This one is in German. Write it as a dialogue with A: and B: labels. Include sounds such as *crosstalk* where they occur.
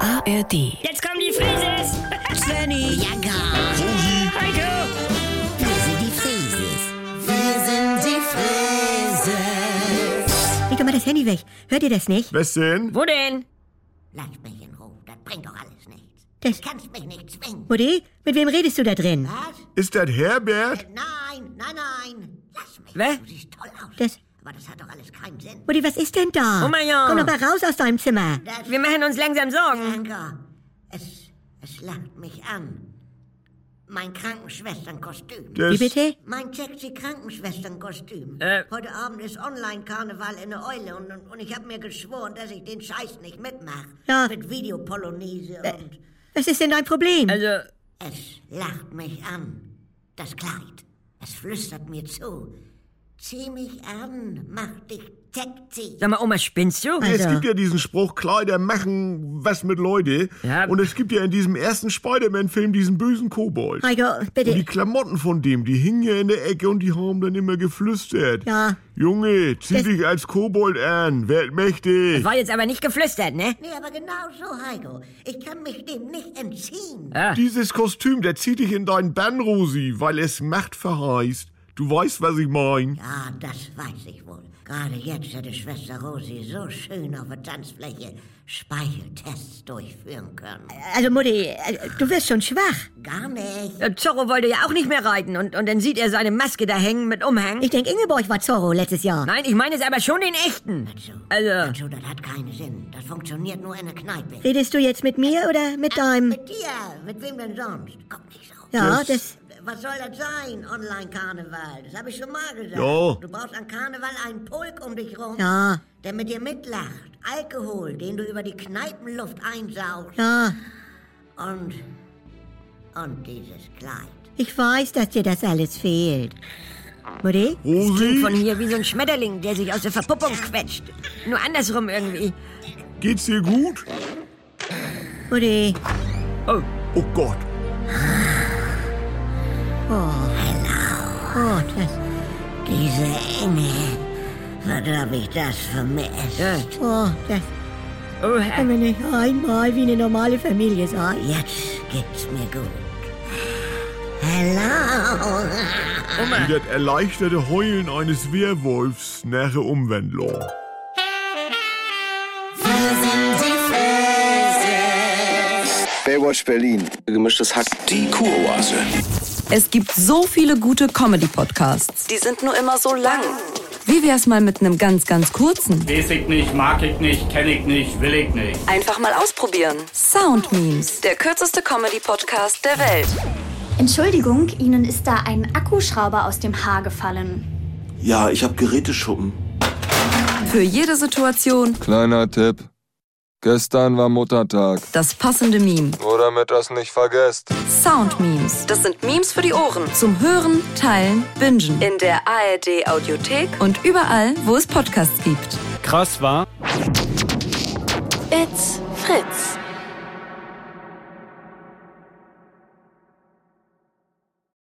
A: ARD.
B: Jetzt kommen die Frises! *laughs*
C: Svenny. Ja, gar.
B: Heiko!
C: Wir sind die Frieses. Wir sind die Frieses.
D: Leg doch mal das Handy weg. Hört ihr das nicht?
E: Was denn?
B: Wo denn?
C: Lass mich in Ruhe, das bringt doch alles nichts.
D: Das-
C: Du kannst mich nicht zwingen.
D: Mutti, mit wem redest du da drin?
C: Was?
E: Ist das Herbert?
C: Nein, nein, nein. Lass mich.
B: Wer?
C: Du siehst toll aus.
D: Das-
C: Aber das hat doch alles keinen Sinn.
D: Mutti, was ist denn da?
B: Oh mein Gott.
D: Komm doch mal raus aus deinem Zimmer.
C: Das
B: Wir machen uns langsam Sorgen.
C: Anker, es, es lacht mich an. Mein Krankenschwesternkostüm.
D: Wie
E: Das,
D: bitte?
C: Mein sexy Krankenschwesternkostüm.
B: Äh.
C: Heute Abend ist Online-Karneval in der Eule und, und, und ich habe mir geschworen, dass ich den Scheiß nicht mitmache.
D: Ja.
C: Mit Videopolonise
B: Äh.
C: und
D: Was ist denn dein Problem?
B: Also,
C: es lacht mich an. Das Kleid. Es flüstert mir zu. Zieh mich an, mach dich sexy.
B: sag mal, Oma, spinnst du?
D: Also-
E: Es gibt ja diesen Spruch, Kleider machen was mit Leute.
B: Ja.
E: Und es gibt ja in diesem ersten Spider-Man-Film diesen bösen Kobold.
D: Heiko,
E: Und die
D: bitte.
E: Klamotten von dem, die hingen ja in der Ecke und die haben dann immer geflüstert.
D: Ja.
E: Junge, zieh
D: Das-
E: dich als Kobold an, werd mächtig.
B: War jetzt aber nicht geflüstert, ne?
C: Nee, aber genau so, Heiko. Ich kann mich dem nicht entziehen.
B: Ah.
E: Dieses Kostüm, der zieht dich in deinen Bann, Rosi, weil es Macht verheißt. Du weißt, was ich mein.
C: Ja, das weiß ich wohl. Gerade jetzt hätte Schwester Rosi so schön auf der Tanzfläche Speicheltests durchführen können.
D: Also Mutti, äh, du wirst schon schwach.
C: Gar nicht.
B: Äh, Zorro wollte ja auch nicht mehr reiten und, und dann sieht er seine Maske da hängen mit Umhang.
D: Ich denk, Ingeborg war Zorro letztes Jahr.
B: Nein, ich meine es aber schon den echten.
C: Dazu.
B: Also,
C: Dazu, das hat keinen Sinn. Das funktioniert nur in der Kneipe.
D: Redest du jetzt mit mir oder mit deinem...
C: Mit dir, mit wem denn sonst? Guck nicht so.
D: Ja, das...
C: Was soll das sein, Online-Karneval? Das habe ich schon mal gesagt.
E: Ja.
C: Du brauchst an Karneval einen Pulk um dich rum,
D: Ja,
C: der mit dir mitlacht. Alkohol, den du über die Kneipenluft einsaugst.
D: ja.
C: Und. Und dieses Kleid.
D: Ich weiß, dass dir das alles fehlt. Mutti?
E: Rosi,
B: klingt von hier wie so ein Schmetterling, der sich aus der Verpuppung quetscht. Nur andersrum irgendwie.
E: geht's dir gut?
D: Mutti.
B: Oh,
E: Oh Gott.
D: Oh, das...
C: Diese Enge. Was hab ich das vermisst?
B: ja.
D: Oh, das
B: oh,
D: kann
B: Herr.
D: man nicht einmal wie eine normale Familie sein.
C: Jetzt geht's mir gut. Hello.
E: Wie das erleichterte Heulen eines Wehrwolfs nach der Umwandlung.
F: Baywatch Berlin. Gemischtes Hack. Die Kuroase.
G: Es gibt so viele gute Comedy-Podcasts.
H: Die sind nur immer so lang.
G: Wie wär's mal mit einem ganz, ganz kurzen?
I: Weiß ich nicht, mag ich nicht, kenne ich nicht, will ich nicht.
H: Einfach mal ausprobieren.
G: Sound Memes.
H: Der kürzeste Comedy-Podcast der Welt.
J: Entschuldigung, Ihnen ist da ein Akkuschrauber aus dem Haar gefallen.
F: Ja, ich hab Geräteschuppen.
G: Für jede Situation
K: Kleiner Tipp. Gestern war Muttertag.
G: das passende Meme.
K: Nur damit das nicht vergesst.
G: Sound Memes.
H: Das sind Memes für die Ohren.
G: Zum Hören, Teilen, Bingen.
H: In der ARD-Audiothek.
G: Und überall, wo es Podcasts gibt.
I: Krass war.
J: It's Fritz.